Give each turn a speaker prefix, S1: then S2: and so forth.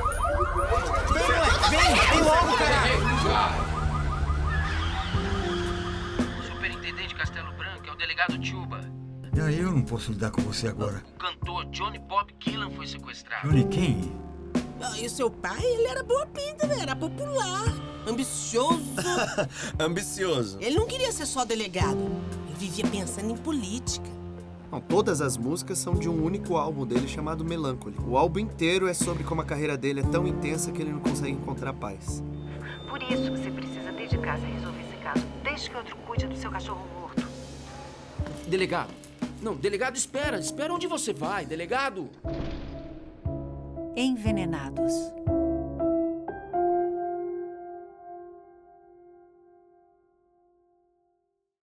S1: Vem, moleque, vem, vem logo, caralho.
S2: Superintendente Castelo Branco é o delegado Tilba.
S3: Ah, Eu não posso lidar com você agora.
S2: O cantor Johnny Bob Killan foi sequestrado.
S3: Johnny, quem?
S4: Ah, E o seu pai, ele era boa pinta, velho. Era popular, ambicioso.
S5: Ambicioso.
S4: Ele não queria ser só delegado. Ele vivia pensando em política.
S6: Não, todas as músicas são de um único álbum dele chamado Melancholy. O álbum inteiro é sobre como a carreira dele é tão intensa que ele não consegue encontrar paz.
S7: Por isso, você precisa dedicar-se a resolver esse caso, desde que outro cuide do seu cachorro morto.
S2: Delegado. Não, delegado, espera. Espera onde você vai, delegado.
S7: Envenenados.